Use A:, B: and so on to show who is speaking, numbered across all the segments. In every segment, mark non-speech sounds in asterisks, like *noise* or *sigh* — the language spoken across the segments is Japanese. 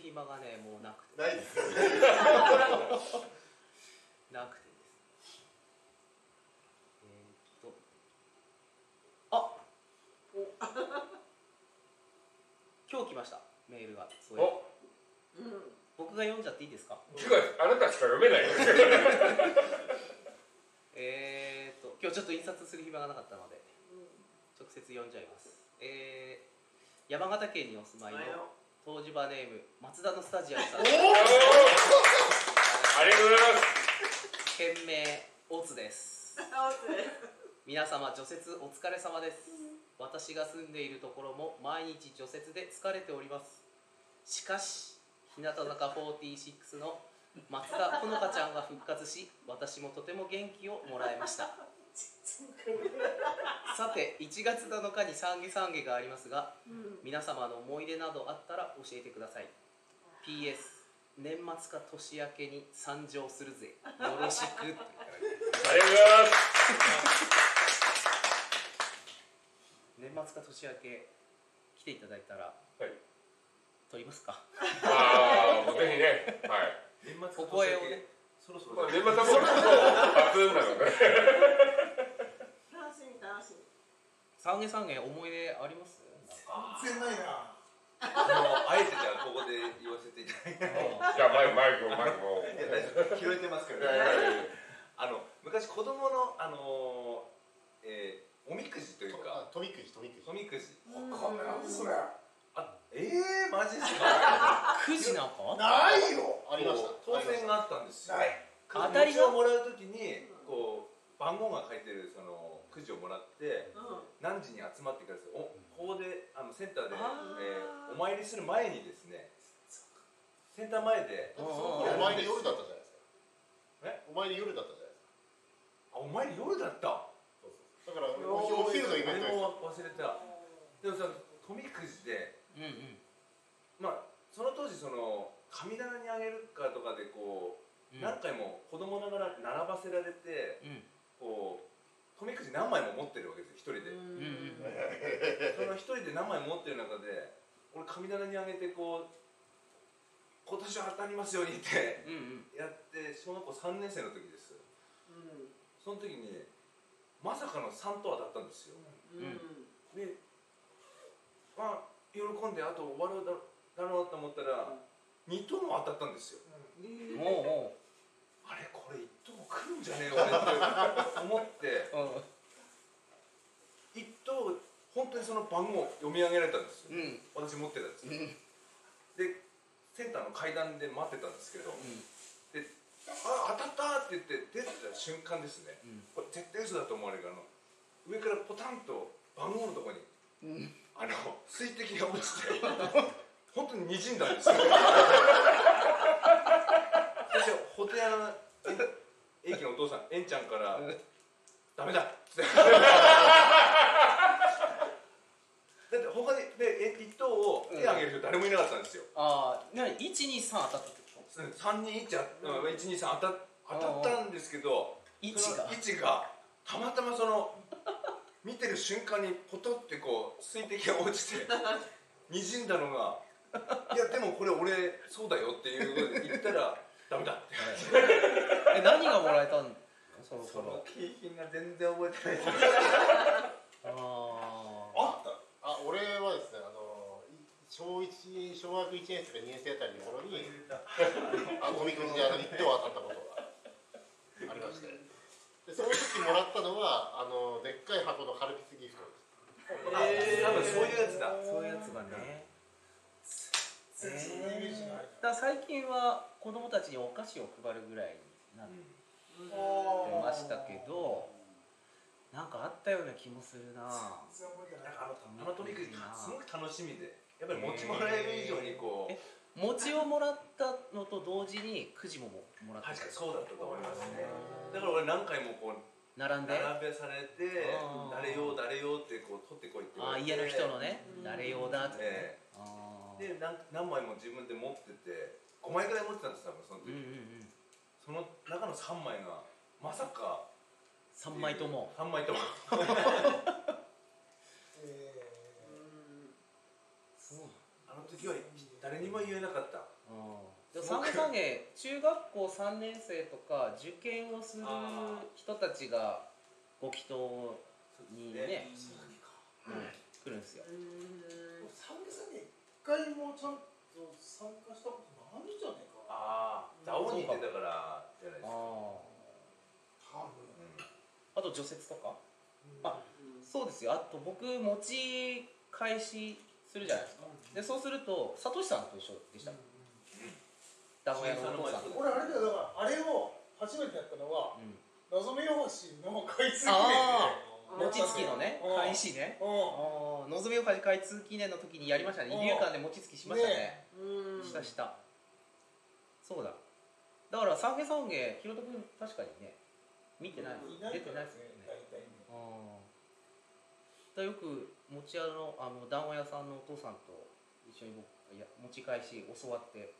A: 暇がねもうなくて
B: ないですよね
A: なくてですねえーっとあお今日来ましたメールがそういえば
C: お
A: 僕が読んじゃっていいですか
C: てかあなたしか読めないよ
A: えー、っと今日ちょっと印刷する暇がなかったので直接読んじゃいますえー、山形県にお住まいの湯治場ネーム松田のスタジアムさん
C: おーありがとうございます
A: 県名オツです皆様除雪お疲れ様です私が住んでいるところも毎日除雪で疲れておりますしかし日向坂46の松田ほのかちゃんが復活し私もとても元気をもらえましたさて1月7日に三下三下がありますが皆様の思い出などあったら教えてください PS 年末か年明けに参上するぜよろしくっていただきます
C: ありがとうございます
A: 年末か年明け来ていただいたら
C: はい
A: 撮りますか
C: ああもうぜひねはい
B: 年末
A: お声をね
B: そろそ
C: まあ年末はそろそろバツンなのね
A: 三軒三軒思い出あります
B: 全然ないな
D: あえてじゃあここで言わせていただい
C: じ
D: て
C: ゃあマイクマイクマイクも
D: いや大丈夫拾えてますからねあの昔子供のあのーえーおみくじというか
B: とみくじとみくじ
D: おみくじ
B: こんなんそれ
D: あえー、マジですか
A: 九時なんか
B: ないよ *laughs* ありました
D: 当選があったんです
B: な
D: よ
B: い
A: 当たりが
D: くじをもらうときにこう番号が書いてるそのくじをもらって何時に集まってくださいおここであのセンターで、
A: あー
D: えーお参りする前にですねセンター前で
A: うん
B: お
A: うんうん
B: 前の夜だったじゃないですか
D: え
B: お前の夜だったじゃないですか
D: あお参り夜だった
B: だからお昼のイベント
D: 俺
B: ですよ
D: も忘れたでもさ富くじで
A: うんうん
D: まあその当時その神棚にあげるかとかでこう、
A: うん
D: 何回も子供ながら並ばせられて
A: うん
D: こう富くじ何枚も持ってるわけですよ一人で、
A: うんうん
D: その一人で何枚も持ってる中で俺神棚にあげてこう今年は当たりますようにって
A: うんうん
D: やって小学校3年生の時ですその時にまさかの3と当たったんですよ、でまあ喜んであと終わるだろだろうと思ったら、二2等も当たったんですよ
A: うんもうも
D: あれこれ1等来るんじゃねえ俺って思 *laughs* って
A: う
D: 1等本当にその番号読み上げられたんですよ、
A: うんうん
D: 私持ってたんで
A: う
D: す
A: んう
D: よ
A: ん
D: でセンターの階段で待ってたんですけど、で「あ当たった!」って言って出てた瞬間ですね
A: うん
D: これ絶対嘘だと思われるあの上からポタンと番号のとこに、
A: ん
D: あの水滴が落ちて本当ににじんだんですよ私はホテ屋のえ駅のお父さんえんちゃんから
A: うん
D: 「ダメだ」ってだって他にでえ一等を手を挙げる人誰もいなかったんですよ、
A: ああなに一二三当たったってこと
D: 三人一123当た当たったんですけど
A: 一
D: その
A: が
D: 位置がたまたまその見てる瞬間にポトってこう水滴が落ちてにじんだのが「いやでもこれ俺そうだよ」っていうことで言ったら「 *laughs* ダメだ」って
A: え何がもらえたんその
D: そ
A: 頃
D: の景品が全然覚えてないです
A: ああ
D: あった
B: あ俺はですねあの小一小学1年生か2年生あたりの頃にあのおみくじであの1等当たったことがありましてでその時もらったのはあのでっかい箱のカルピスギフトです
D: 多分そういうやつだ
A: そういうやつがねえー、だから最近は子供たちにお菓子を配るぐらいになってましたけどなんかあったような気もするな
D: だからあの取り組みすごく楽しみでやっぱり持ちもらえる以上にこう
A: え餅をもらったのと同時にくじもももらった
D: 確かにそうだったと思いますねだから俺何回もこう
A: 並んであ
D: 並べされて
A: あー
D: 誰用誰用ってこう取ってこいって言わ
A: あ
D: れて
A: 家の人のね
E: うん
A: 誰用だって
D: え
A: ああ
D: えで何何枚も自分で持ってて5枚ぐらい持ってたんです多分その
A: うんう
D: 時、
A: んうん
D: その中の3枚がまさか
A: 3枚とも
D: 3枚とも
A: そう
D: あの時は誰にも言えなかった
A: でも三下三下中学校3年生とか受験をする人たちがご祈祷にね、来るんですよ
E: 参加さんに一回もちゃんと参加したことないんじゃねえか
D: ああ、ダオに行ってたからじゃないですか。
E: 多分
A: あと除雪とかあ
E: うん
A: そうですよあと僕持ち返しするじゃないですかでそうするとサトシさんと一緒でしたダホ屋のお父さんと
E: 俺あれだよだからあれを初めてやったのは
A: うん
E: 謎めよしの海水
A: あ
E: 記念で
A: 餅つきのね
E: うん
A: 返しね
E: う
A: ああ望みをかじ会通記念の時にやりましたね
E: うん
A: 医流館で餅つきしましたね
E: んうん
A: したしたそうだだから三下三下ひろとくん確かにね見てない
E: いない
A: 出
E: か
A: てない
E: らね
A: ですよねああ
E: 大体ね
A: よく餅屋のあの団子屋さんのお父さんと一緒に僕いや持ち返し教わって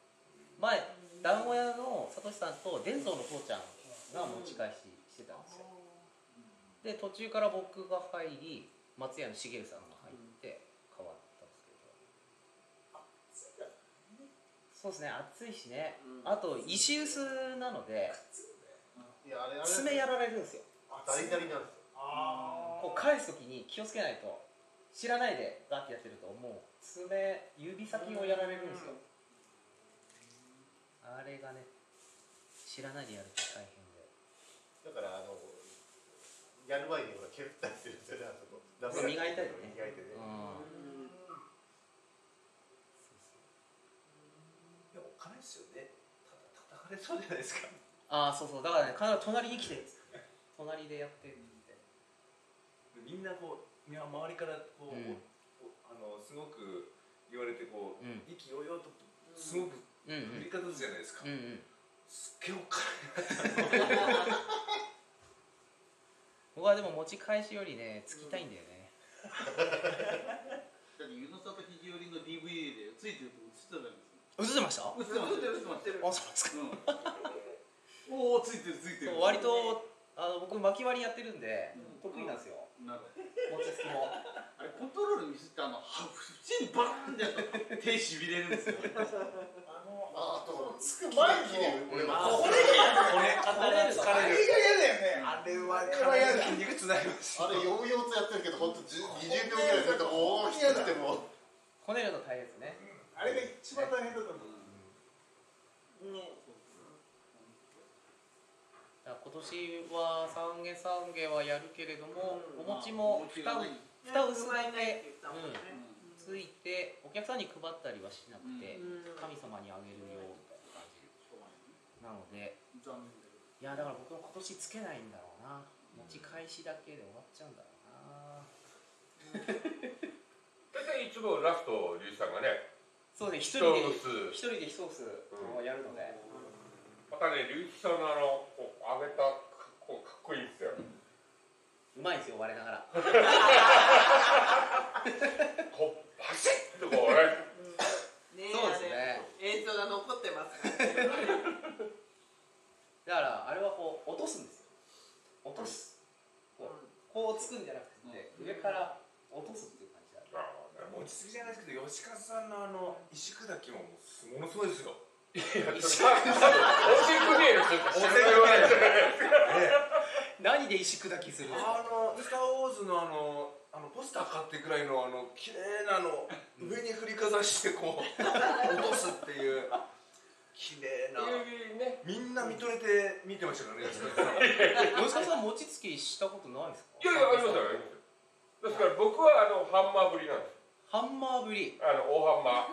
A: 前団子屋のさとしさんと伝蔵の父ちゃんが持ち返ししてたんですよで途中から僕が入り松屋の茂さんが入って変わったんですけどそうですね暑いしね、
E: うん
A: あと石臼なので
B: いやあれあれ
A: 爪やられるんですよ
B: ダリダリなんですよ
E: あ
A: こう返す時に気をつけないと知らないでガッてやってるともう爪指先をやられるんですよあれがね知らないでやると大変で
B: だからあのやる前にほら削ったりするんですよねあそこ
A: *laughs* 磨
B: 磨
A: いたりね
B: 磨いてね
A: う
D: いや、お金ですよね。た叩かれそうじゃないですか。 *laughs*
A: ああそうそうだからね彼女隣に来てっつって隣でやってって
D: みんなこう、いや、周りからこう、
A: うん
D: おあの、すごく言われて、こ
A: う
D: う、
A: ん
D: 意気揚々と、すごく
A: うん
D: 振り方じゃないですか。
A: うんうん
D: すっげえお金。
A: 僕はでも持ち返しよりねつきたいんだよね、
F: だって湯の里肘折りの DVD でついてるとこ映ってたじゃないですか
A: 映ってましたあ
F: 映ってます映ってます映ってま
A: そうなんですか
F: すうんおおついてるついてる
A: 割とあの僕巻き割りやってるんで、
F: うん
A: 得意なんですよ
F: なるほど
A: 持ちつきも
F: あれコントロールミスってあのは縁にバーンってやると手しびれるんですよ
B: ああと
E: つく前
B: 綺麗
E: に
B: に俺も
A: 疲
E: これが
A: れる疲
E: あれが
A: れる
E: 嫌だよね
D: あれは
E: あれは嫌だ
D: 筋肉つなります
B: あれヨーヨーとやってるけど本当十20秒ぐらいするともう一
E: *laughs*
B: 人でも
A: こねるの大変ですね
E: あれが一番大変だと思う
A: だから今年は三下三下はやるけれども、
F: うん
A: お餅も
F: 餅
A: 蓋
F: が
A: を
F: ない
A: 蓋薄めて
F: う
A: う
F: ん
A: んついてお客さんに配ったりはしなくて、神様にあげるよみたいな感じなので
F: 残念だけど
A: いやだから僕も今年つけないんだろうな持ち返しだけで終わっちゃうんだろうな
C: 大体いつもラスト、龍一さんがね、
A: そうです
C: 一
A: ね一人で一人で一
C: つ
A: ソースをやるので、
C: またね、龍一さんのあの、こう上げた、こうかっこいいんですよ。
A: うまいですよ我ながら
C: こう、パシッとこうね。
G: ね
A: そうですね
G: あれ映像が残ってますから
A: だからあれはこう落とすんですよ落とすこうこうつくんじゃなくて上から落とすっていう感じだ
C: まあ
D: 持ちすぎじゃないですけど、吉川さんのあの、石砕きも、ものすごいですよ。
C: ね、一緒おしくねえよ、ちょっと。
A: 何で石砕きするんですか
D: あの、スター・ウォーズのあの、あのポスター買ってくらいの、あの、綺麗なあ *laughs* の、上に振りかざして、こう、落とすっていう、綺麗な。みんな見とれて見てましたからね、吉川さん。 *laughs*
A: 吉川さん餅つきしたことないですか
C: いやいや、ありますよ、ありますよ。ですから僕はあのハンマーぶりなんですよ。
A: ハンマーぶり
C: あの大ハ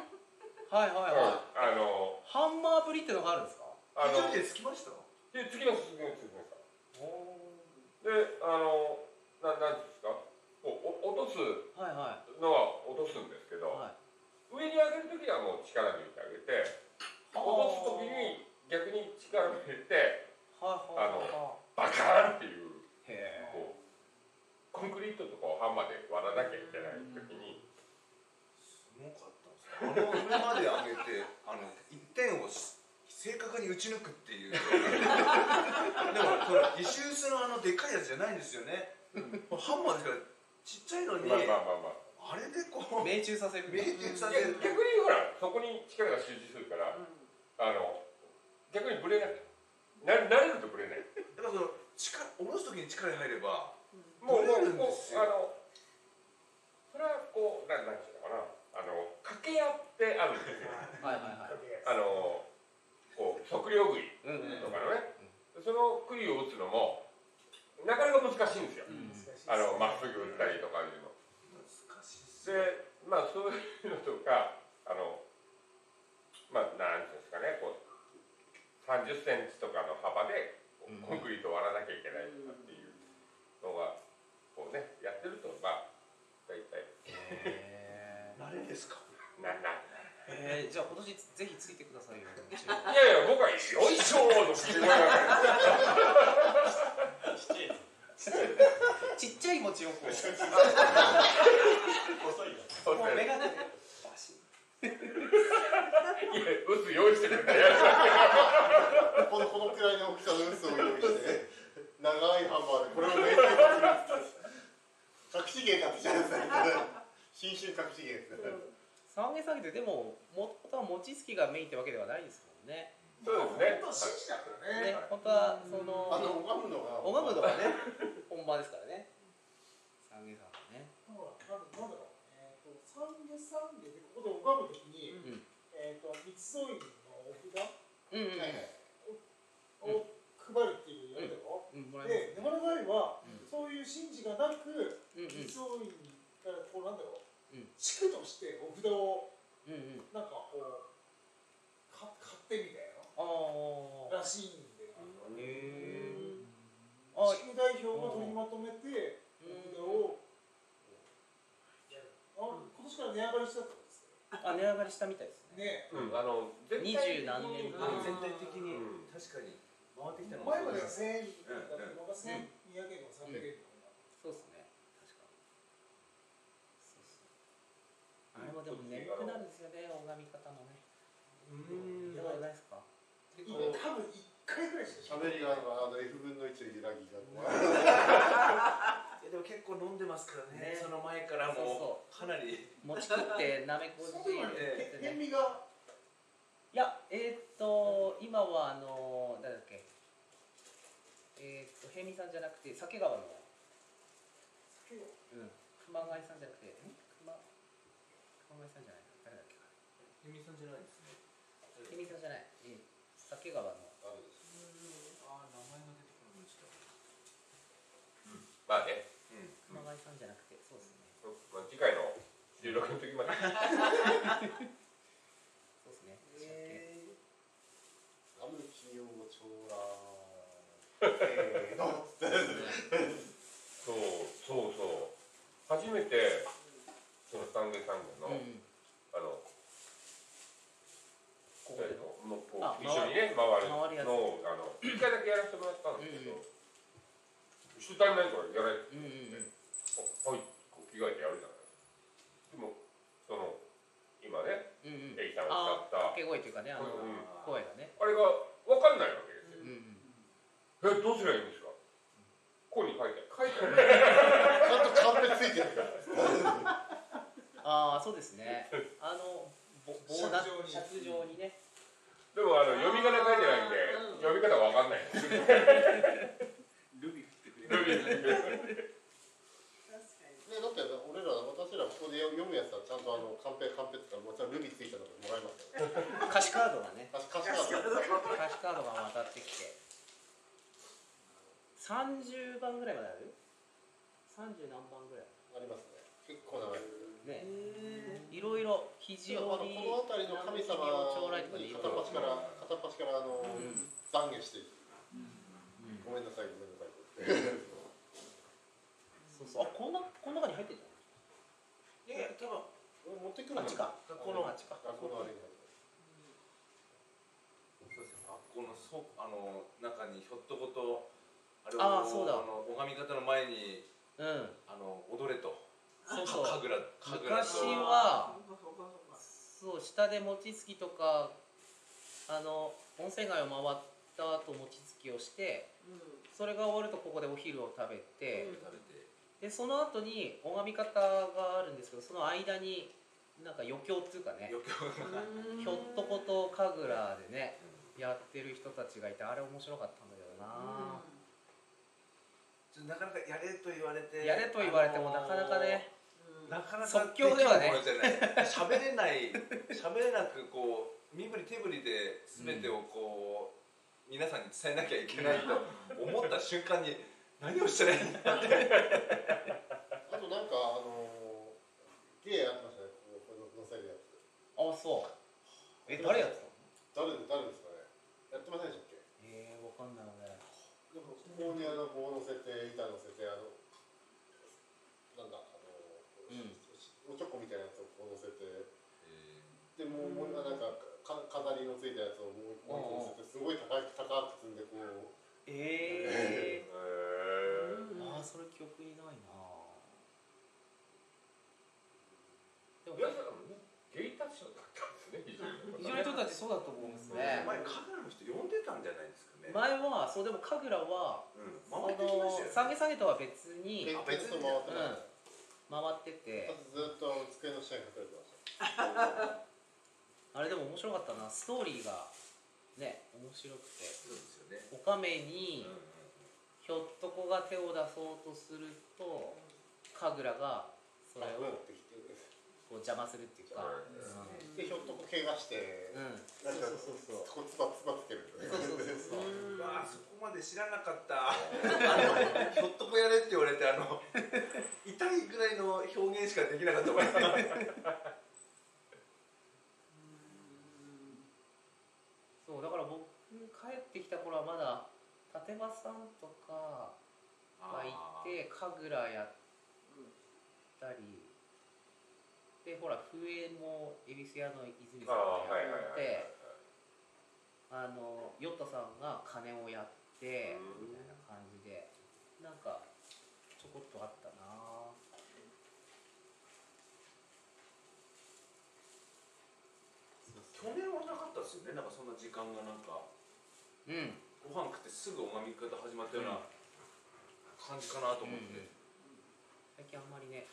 A: はいはい
C: ンマー。
A: はい、
C: あの、
A: ハンマーぶりってのがあるんですか
C: あの、
D: 一人で着きました
C: で次の次の次ので、あの、ななんていうんですか。こうお落とす
A: はいは
C: のは落とすんですけ
A: い
C: ど、
A: はい
C: 上に上げるときはもう力抜いてあげて、
A: あー
C: 落とすときに逆に力抜いて
A: はいはいはいは
C: バカーンっていう。
A: いへえ
C: こうコンクリートとかをハンマーで割らなきゃいけないときに、
D: すごかったんですよあの上まで上げてあの一点をし正確に打ち抜くって *laughs* いうでもこれ石臼のあのでかいやつじゃないんですよねこれハンマーですからちっちゃいのに、
C: まあまあまあまあ
D: あれでこう
A: 命中させる
D: 命中さ
C: い
D: せ
C: や
D: る
C: 逆にほらそこに力が集中するから、
G: うん
C: あの逆にブレないな慣れるとブレない
D: ぱその力下ろす時に力入れば
C: もうも
D: ブレ
C: う
D: るん
C: もう
D: ですよ
C: あのそれはこうななんていうのかなあの掛け合ってあるんですよ
A: はいはいはい
C: あのこう測量杭
A: うんうん
C: とかのね、その杭を打つのもなかなか難しいんですよ、
A: うん
C: あのまっすぐ打ったりとかいうの
D: 難しいっすね
C: でまあそういうのとかあのまあなんていうんですかねこう30センチとかの幅でこうコンクリートを割らなきゃいけないとかっていうのがこうねやってるとまあ大体
A: へ
E: 慣れですか
C: なな
A: えじゃあ今年ぜひついてくださいよ
C: いやいや僕は「よいしょ!」の掛け声がない
A: *laughs* ちっちゃい餅を *laughs* こう
F: 遅いよ
C: そうですね
A: メガネで
C: いや、打つ用意してるんだよ。
B: このこのくらいの大きさの渦を用意して長いハンマーでこれを面倒隠し芸になってきちゃうんですね新春隠し芸ですね
A: 三下三下ででももとは餅つきがメインってわけではないですもんね
C: そうですね
E: 本当紳士だからね
A: ね本当はそ
B: あ
A: の
B: の拝むのが
A: 拝むのが *laughs* ね本場ですからね三下三下ね
E: なんだなんだろう、えー、と三下三下でここで拝むときに、
A: ん
E: えー、と三つ沿いのお札
A: うんうん
B: はいはい
E: を配るっていうやるだろ、
A: うんもらいます
E: で、沼の場合は、
A: うん
E: そういう神事がなく
A: うんうん
E: 三つ沿いからこうなんだろう、
A: うん
E: 地区としてお札を
A: うんうん
E: なんかこうか買ってみたいな
A: あー
E: らしいんで、
A: へえあ
E: 地区代表が取りまとめてお札をやる、あ今年から値上がりしたってことですよ
A: あ値上がりしたみたいですね
E: ね
C: うん、あの、絶
A: 二
C: 対
A: 十何年ぶり
G: うん
D: 全体的に
C: うん
D: 確かに回ってきたの
E: 前ま
D: で
E: では
D: す
E: 1000円だったのが1200円とか300円とか
A: そうですね確かにそうそうあれもでも眠くなるんですよね拝み方もね
D: うん
A: やばいないですか
E: になって、多分1回ぐらいしか
B: 喋りがあの F 分の1の揺らぎが
D: いやでも結構飲んでますからね
A: ね
D: その前からも
A: そ
D: かなり
A: 餅食ってなめこ
E: その
A: じ
E: 時
A: い
E: は
A: で
E: ね、塩味が
A: いやえーっと今はあの誰だっけえーっと平民さんじゃなくて酒川の
E: 酒を
A: うん熊谷さんじゃなくてん熊熊谷さんじゃない誰だっけか
D: ひみさんじゃないですね
A: 平民さんじゃない、え酒川の
D: あ名前が出てこないした
C: まあね、
A: 熊谷さんじゃなくてそうですね
C: まあ、次回の収録の時まで。
A: そうですね、
B: ラムキヨーチョーラーせーの
C: そう、そうそう。初めて、その三下三下の、
A: うん
C: あの、
A: ここ
C: 二
A: で
C: 人のもうこ
A: あ
C: う一緒にね、回る
A: 回るやつ
C: のを、あの、一回だけやらせてもらったんです
A: う
C: けど
A: ん、
C: 一緒足りないからやらない。
A: うんうんうん
C: あはい、こう着替えてやるじゃない。でも、その、今ね、
A: うんうん
C: エイさん
A: あ
C: を
A: あ
C: 使
A: 掛、け
C: った
A: 声というかねあの
C: うん
A: 声がね
C: あれが分かんないわけです
A: う
C: よ。
A: んうん
C: え、どうすればいいんですかここに書いてある。書いてある。
B: ちゃんとカンペついてるか
A: あ
B: ら
A: あそうですねあのぼ棒だ
E: 尺状に
A: 尺状にね
C: でもあの読み方書いてないんで
G: うん、
C: 読み方わかんない。
F: ルビー振ってくれる
C: で
G: 確かに
B: ねだって俺ら私らここで読むやつはちゃんとあのカンペカンペってかまたルビついたのもらいま
A: 歌
B: すよ
A: 詞カードがね
B: 貸し貸しながら
A: 歌詞カードが渡ってきて30番ぐらいまである ?30 何番ぐらい
B: ありますね結構長い
A: ねいろいろ肘
B: あのこ
A: 折り
B: の辺りの神様
A: 長来とかでい
B: に
A: ろい
B: 片っ
A: ろ
B: 端から片っ端からあの
A: うん
B: 懺悔していくごめんなさいごめん
A: *laughs*
B: なさい
A: そうそうあこんなこの中に入ってるじ
D: いやいや多分
B: 持ってく
A: ゃん
B: る
A: あっちか
D: 学校の
A: あっちか
B: 学校のあれに
D: そうですね学校のそあの中にひょっとことあれを
A: あーそうだ
D: の拝み方の前に
A: うん
D: あの踊れと
A: そうそう
D: 神楽神楽
A: 昔
D: と
A: は
G: ほぼほぼほぼ
A: そう下で餅つきとかあの温泉街を回った後餅つきをして
G: うん
A: それが終わるとここでお昼を食べて、
D: 食べて
A: でその後に拝み方があるんですけどその間になんか余興っていうかね
D: 余興が
A: ひょっとこと神楽でねやってる人たちがいてあれ面白かったんだけどな、
D: *laughs* ちょっとなかなかやれと言われて
A: やれと言われてもなかなかね、
D: なかなか
A: 即興ではね
D: できるものじゃない喋れない喋れなくこう身振り手振りで全てをこう、皆さんに伝えなきゃいけないと思った瞬間に何をしたらいいんだ
B: あとなんかあのー、ゲーありましたねこここの載せるやつ
A: あそうえ誰やってたの
B: 誰で誰ですかねやってませんでしたっけ
A: えー、わかんないね
B: なんかここにあの棒乗せて板乗せてあのなんだあのー
A: うん
B: おちょこみたいなやつをこう乗せてでもうもうなんかか飾りのついたやつをもう一個乗せてすごい高く高く積んでこう。
A: え
C: え
A: ー、あーそれ記憶にないなでも
C: 皆さんも芸達者だったんですね非常に
A: 非常に人たちそうだと思うんですね
D: 前カメラの人呼んでたんじゃないですかね、
A: 前はそうでも神楽は
D: うん、
A: その
D: 回ってきまし
A: 下
D: たよ
A: げ
D: ね
A: 下げとは別に回
B: ペンペンと回ってな
A: う
B: い、
A: んってて
B: ずっと机の下に隠れてました
A: あれでも面白かったなストーリーがね面白くて
D: そうですよね、
A: おかめに
D: うんうんうん
A: ひょっとこが手を出そうとすると神楽がそれ
B: あ
A: を
B: ってきてで
A: こう邪魔するっていうか、
C: は
B: ひょっとこ怪我して、
A: うん、うん、そ
B: な
A: うん
B: か
A: そうそうそう
B: こつばつばつける
A: そうそうそうそう
D: うわあそこまで知らなかったあのひょっとこやれって言われてあの痛いぐらいの表現しかできなかったもんね
A: そうだから僕帰ってきた頃はまだ立場さんとかがいて神楽やったりでほら笛も恵比寿屋の泉さん
C: あ
A: が
C: あはい
A: やってあ
C: はいはいはい
A: のヨットさんが鐘をやって
C: うん
A: みたいな感じでなんかちょこっとあったな
D: 去年はなかったですよねなんかそんな時間がなんか
A: うん
D: ご飯食ってすぐ拝み方始まったような感じかなと思って、
A: 最近あんまりね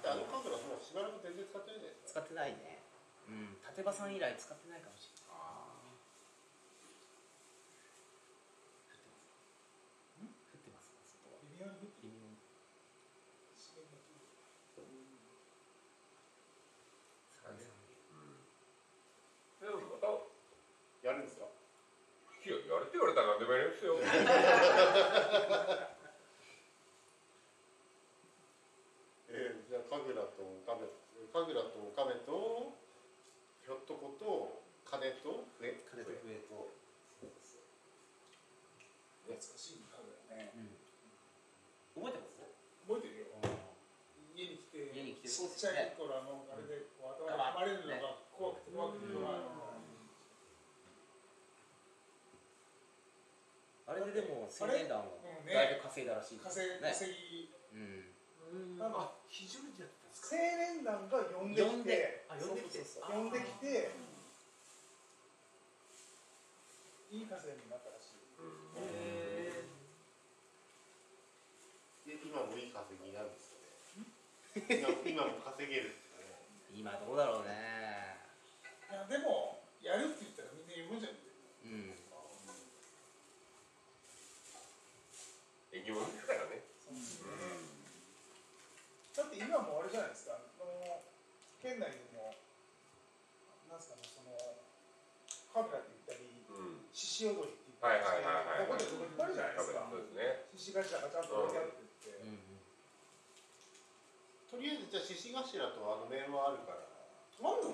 B: あのカメラもうしばらく全然使ってないじゃないですか
A: 使ってないねうん立場さん以来使ってないかもしれない
D: あ
A: 降ってますね外は
E: 微妙に降って
A: 微妙に
E: る
A: 寒い寒い
C: でもまた
B: やるんですか
C: いややれって言われたら何でもやりますよ
B: えー、じゃあ神楽とおかめ神楽とおかめとひょっとこと金と笛
A: 風と笛と
E: 懐かしいなこれね
A: 覚えてます
E: 覚えてるよ家に来て
A: 家に来て
E: ちっちゃい頃あのあれでこう頭がまれるのが怖くて怖くて怖
A: あ
E: い
A: れででも青
E: あれ
A: 年団を
E: うんね
A: だいぶ稼いだらしいです
E: 稼
A: よ
E: ぎ
A: ね
E: 稼ぎ
A: うん
E: あの
D: 非常にやってたんです
E: 青年団が呼んで
A: 呼
E: き
A: ん
E: て
A: であ呼んできてそう
E: 呼んできていい稼ぎになったらしい
B: で今もいい稼ぎなんですよね今今も稼げるんですよね
A: 今どうだろうね
E: いやでもやるって言ったらみんな呼ぶんじゃん
A: うん
C: 縁起物ですからね
E: だって今もあれじゃないですかあの県内でもなんすかねそのカメラって言ったり
C: うん
E: 獅子踊りって言った
C: はいは
E: り
C: いはいはい
E: ここでここいっぱいある
C: 多
E: じゃないです
C: 分
E: か
C: そうですね
E: 獅子頭がちゃんと置い
A: うん
B: とりあえずじ
E: てあるって言って、
B: ゃあ獅子頭とあのメールはあるから
E: あんの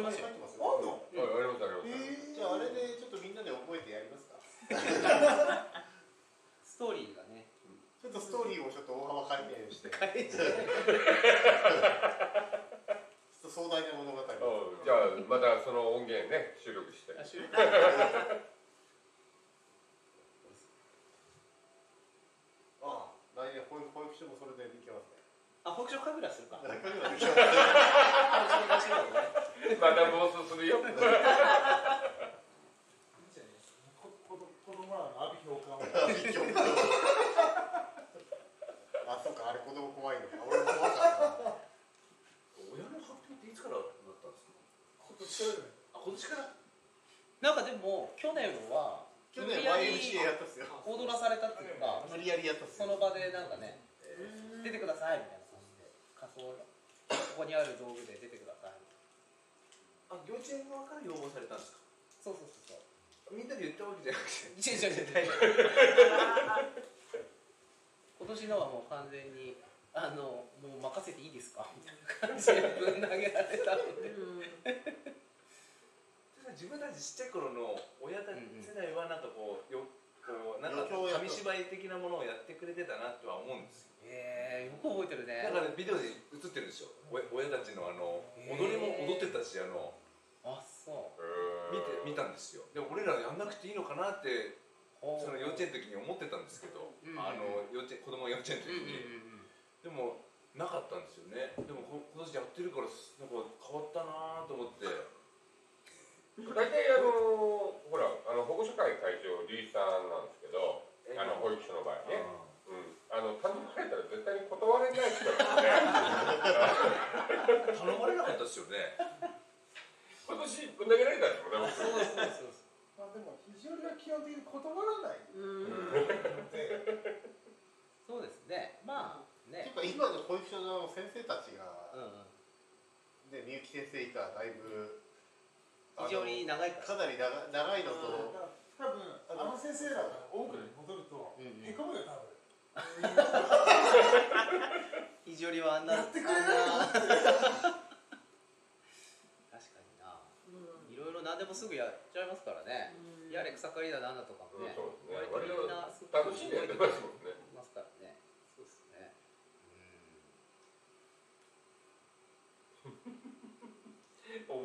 A: ありますよ
B: 入ってます
E: あん
B: よ
C: は
E: の
C: いありますあります
E: えー、
B: じゃああれでちょっとみんなで覚えてやりますか
A: ストーリーがね
B: ちょっとストーリーをちょっと大幅改変してちょっ
A: 変えちゃう
B: と壮大な物語
C: あじゃあまたその音源ね収録して
A: あ収録
B: ああ来年保育保育所もそれででき *laughs* ますね
A: *laughs* あ北上神楽するか
B: だからできますね
C: また暴走するよ
E: いいじゃないですかここ子供らの阿炎評価を
B: あ一挙あそうかあれ子供怖いのか俺も怖かったな
D: 親の
E: 年からじゃない
D: あ今年から
A: なんかでも去年は
B: 去年 YMCA やったっすよ
A: 踊らされたっていうか
B: 無理やりやったっす
A: そ
B: よ
A: の場でなんかね出てくださいみたいな感じで仮装ここにある道具で出てください
D: あ幼稚園側から要望されたんですか
A: そうそうそうそう
D: みんなで言ったわけじゃなく *laughs* て
A: 違う違う違う大丈夫今年のはもう完全にあのもう任せていいですかみたいな感じでぶん投げられたので
D: 自分たちちっちゃい頃の親たち
A: うんうん
D: 世代はなんかこうよこうなんか
B: 余興をやった
D: 紙芝居的なものをやってくれてたなとは思うんですよ
A: えー、よく覚えてるね
D: だからビデオで映ってるでしょお親たちのあの
A: へー
D: 踊りも踊ってたしあの
A: あそう
D: 見て見たんですよで俺らやんなくていいのかなって
A: ほう
D: その幼稚園の時に思ってたんですけど、
A: うん
D: あの幼稚園子供が幼稚園の
A: うんうん
D: 時に、でもなかったんですよねでもこ今年やってるからすなんか変わったなと思って
C: 大体あのほらあの保護者会会長リーさんなんですけどあの保育所の場合ねうんあの頼まれたら絶対に断れない人 *laughs* なんで
D: 頼まれなかったですよね
C: 今年ぶん投げられたんですもんね僕
A: うんそうそうそう
E: まあでも肘折は基本的に断らないので
A: そうそうですねまあ
B: ってい
A: ね
B: うか今の保育所の先生たちが
A: うんうん
B: ねみゆき先生以下だいぶ
A: 非常に長い
B: あの
A: か
B: かなり長長いの
E: だ
B: と
E: から多分あの先生らが多くに戻ると
A: うんうん
E: へこむよ多分
A: ら肘折はあんな
E: やってくれない
A: あんな確かにないろいろ何でもすぐやっちゃいますからねやれ草刈りだなんだとかも
C: う
A: ね
C: んそうですね
A: 割とみんなすごい
C: 楽しんでやってますもんね
A: ますからね。そうですね。
C: 思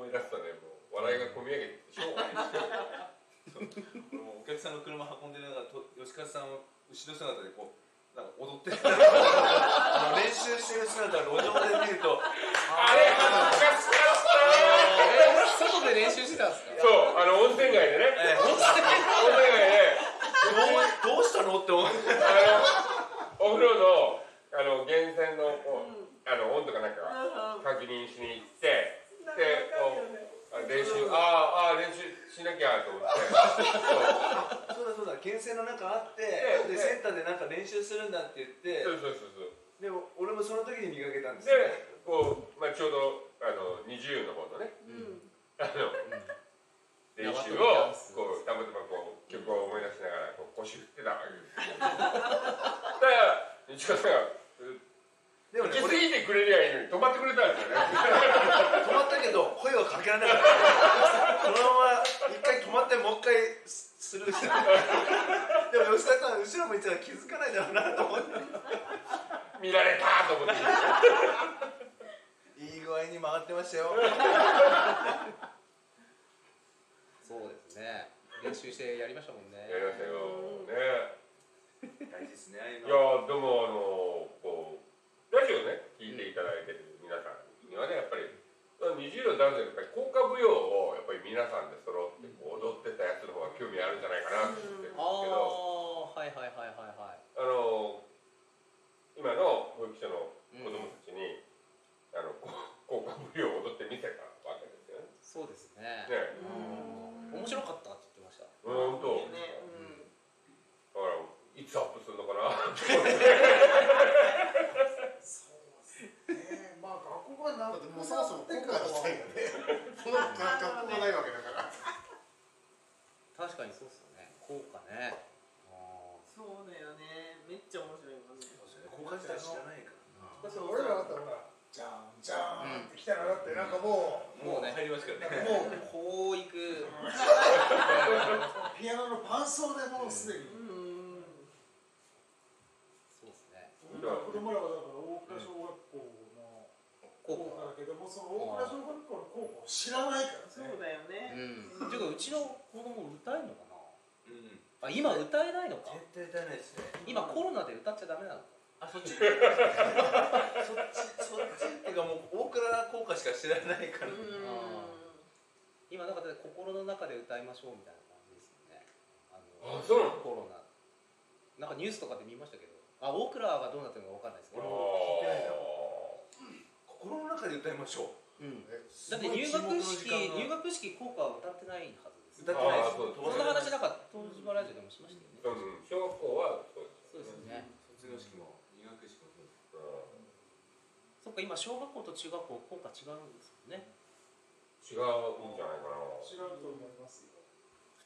C: い出したねもう笑いがこみ上げてしょうがないですよ
D: 俺もお客さんの車運んでながらと吉川さんを後ろ姿でこうなんか踊ってる *laughs* あの練習してる姿を路上で見る *laughs* と
C: あれ恥ずかしかった
A: 外で練習してたんですか。
C: そうあの温泉街でね
D: ええど
C: 温泉街で
D: うどうしたのって思う
C: あのお風呂のあの源泉のこうあの温度かなんか確認しに行ってでこうあ練習あーあー練習しなきゃと思ってそ
D: そうだそうだ厳選の中あって
C: ええ
D: でセンターでなんか練習するんだって言って
C: うそうそうそうそう
D: でも俺もその時に見かけたんです
C: で
D: よ
C: こう、まあ、ちょうどあの20の方のねあの練習をこうたまたまこう曲を思い出しながらこう腰振ってたわけですよだから日川さんが
D: で
C: 行
D: もね
C: き過
D: 俺
C: ぎてくれりゃいいのに止まってくれたんですよね
D: 止まったけど声はかけられなかったこのまま一回止まってもう一回スルーしたでも吉田さん後ろ向いてたら気づかないだろうなと思って
C: 見られたと思って
D: いい具合に曲がってましたよ
A: そうですね。練習してやりましたもん
C: やりまし
A: ね。
C: たよね
D: 大事ですね
C: いやーでもあのこうラジオね聞いていただいてる皆さんにはねやっぱり20代の男女やっぱり効果舞踊をやっぱり皆さんで揃ってこう踊ってたやつの方が興味あるんじゃないかなって思って
A: ああはい
C: るんですけど
A: はいはいはいはい。
C: あの今の保育所の子供たちに、あのこ *laughs* う効果舞踊を踊ってみせたわけですよ
A: そ
C: ね。
A: うですね。
C: ね
A: 面白かったって言ってました。
C: うんとだからいつアップするのかなって
E: そうですねまあ学校が
B: だ
E: な
B: っ
E: ん
B: てもうそもそも国家の時代が
A: *laughs*
B: ねその学校がないわけだから
A: 確かにそうっすよね。効果ね。あ
G: そうだよね。めっちゃ面白いもんね。
D: 公開したら知らないか
E: だって俺らだったらほらじゃんじゃんって来たらだってなんかもう
D: らもうね入りますからね
A: ーもうこういく。
E: ピアノの伴奏でもうすでに
G: うん。
A: そうですね。
E: 俺ら子供らはだから大倉小学校の
A: 効
E: 校歌
A: 果。
E: だけどもその大倉小学校の校歌を知らないからね
G: そうだよ
A: う
G: ね。
A: ん。ていうかうちの子供歌えるのか
D: うん
A: な。あ今歌えないのか。
D: 絶対歌えないですね
A: 今コロナで歌っちゃダメなのか。
D: あそっちそっちそっちっていうかもう大倉効果しか知らないから
G: う
A: 今なんかだって心の中で歌いましょうみたいな感じですよねあ
C: あそうなの
A: コロナなんかニュースとかで見ましたけどあ大倉がどうなってるのか分かんないですけ
C: あ
A: ど
D: 聞いてないな
C: ー
D: 心の中で歌いましょう
A: うん
E: す
A: だっ
E: ご
A: て入
E: い沈黙の
A: 学式
E: 時
A: 入学式効
E: 間が
A: 果は歌ってないはずです
D: 歌ってない
C: あ
D: で
C: ー
D: す
C: そ
A: そ
C: う
A: んな話なんか東芝ラジオでもしましたよね、
C: うん、小学校はそうで
A: そ
C: す
A: うですよね
D: 卒業式も入学式もそうです
A: そっか今小学校と中学校効果違うんですもんね
C: うん違うんじゃないかな
E: 違うと思いますよ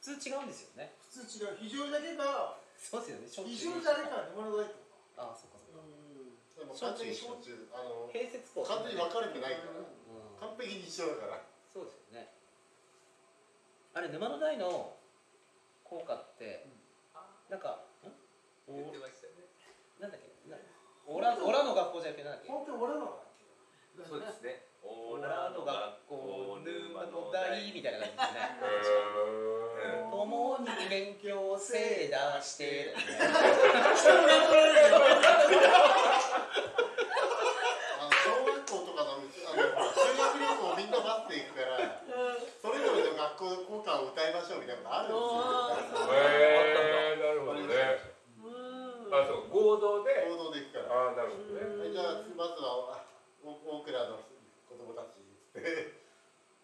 A: 普通違うんですよね
E: 普通違う非常にだけが
A: そうですよね
E: 非常にだけから眠らないと
A: ああそっかそっか
B: でも完全に小中あの
A: 併設校
B: 完全に分かれてないから
A: う
B: 完
A: ん
B: 璧に一緒だから
A: そうですよねあれ沼の台の効果って、なんかんお
D: 言ってましたよね
A: なんだっけなオラオラの学校じゃなくてなんだっけ
E: 本当に俺らの
D: そうですね
A: オ
D: オ
A: ラの学校沼の台みたいな感じですね *laughs*
C: へ *laughs* ー
A: 共に勉強せいだして
B: あの小学校とかのあの修学旅行みんな待っていくからそれぞれの学校の校歌を歌いましょうみたいなことあるんですよ
C: へーなるほどねあそう合同で
B: 行動で行くから
C: ああなるほどね
B: じゃあまずはあお大倉の子供たちつって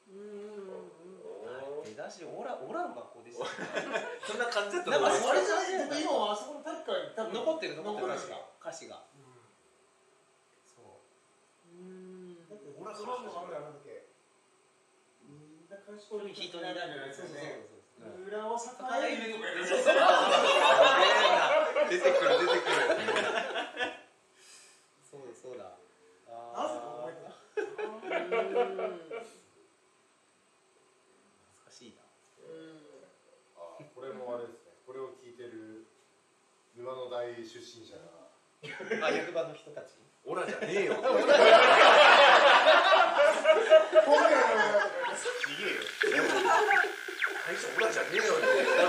A: 出だしオラオラの学校でしたね
D: そんな感じだった
A: なんか
E: あれじゃない僕今はあそこの体育館に多
A: 残っ
E: 分
A: てる残ってる歌
E: 残って
A: 詞
E: る
A: が歌詞がそう
E: だって俺らそのあんだよなんだっけみんな賢い
A: 人に
E: にな
A: な
E: る
A: る
E: じゃ
A: じゃ
E: な
A: ないい
E: で
A: ですす
E: か
A: かね
E: ね裏を
A: そうそう
D: 出
E: 栄えるとか言う
D: てくる出てくる
A: そうだそうだ
E: なぜか覚えてない
A: 懐かしいな
B: あ *laughs* これもあれですねこれを聞いてる沼の大出身者が
A: あ役場の人たち
D: オラじゃねえ
B: 「
D: よ
B: 本名の
D: *laughs* 最初オラじゃねえよって言ったら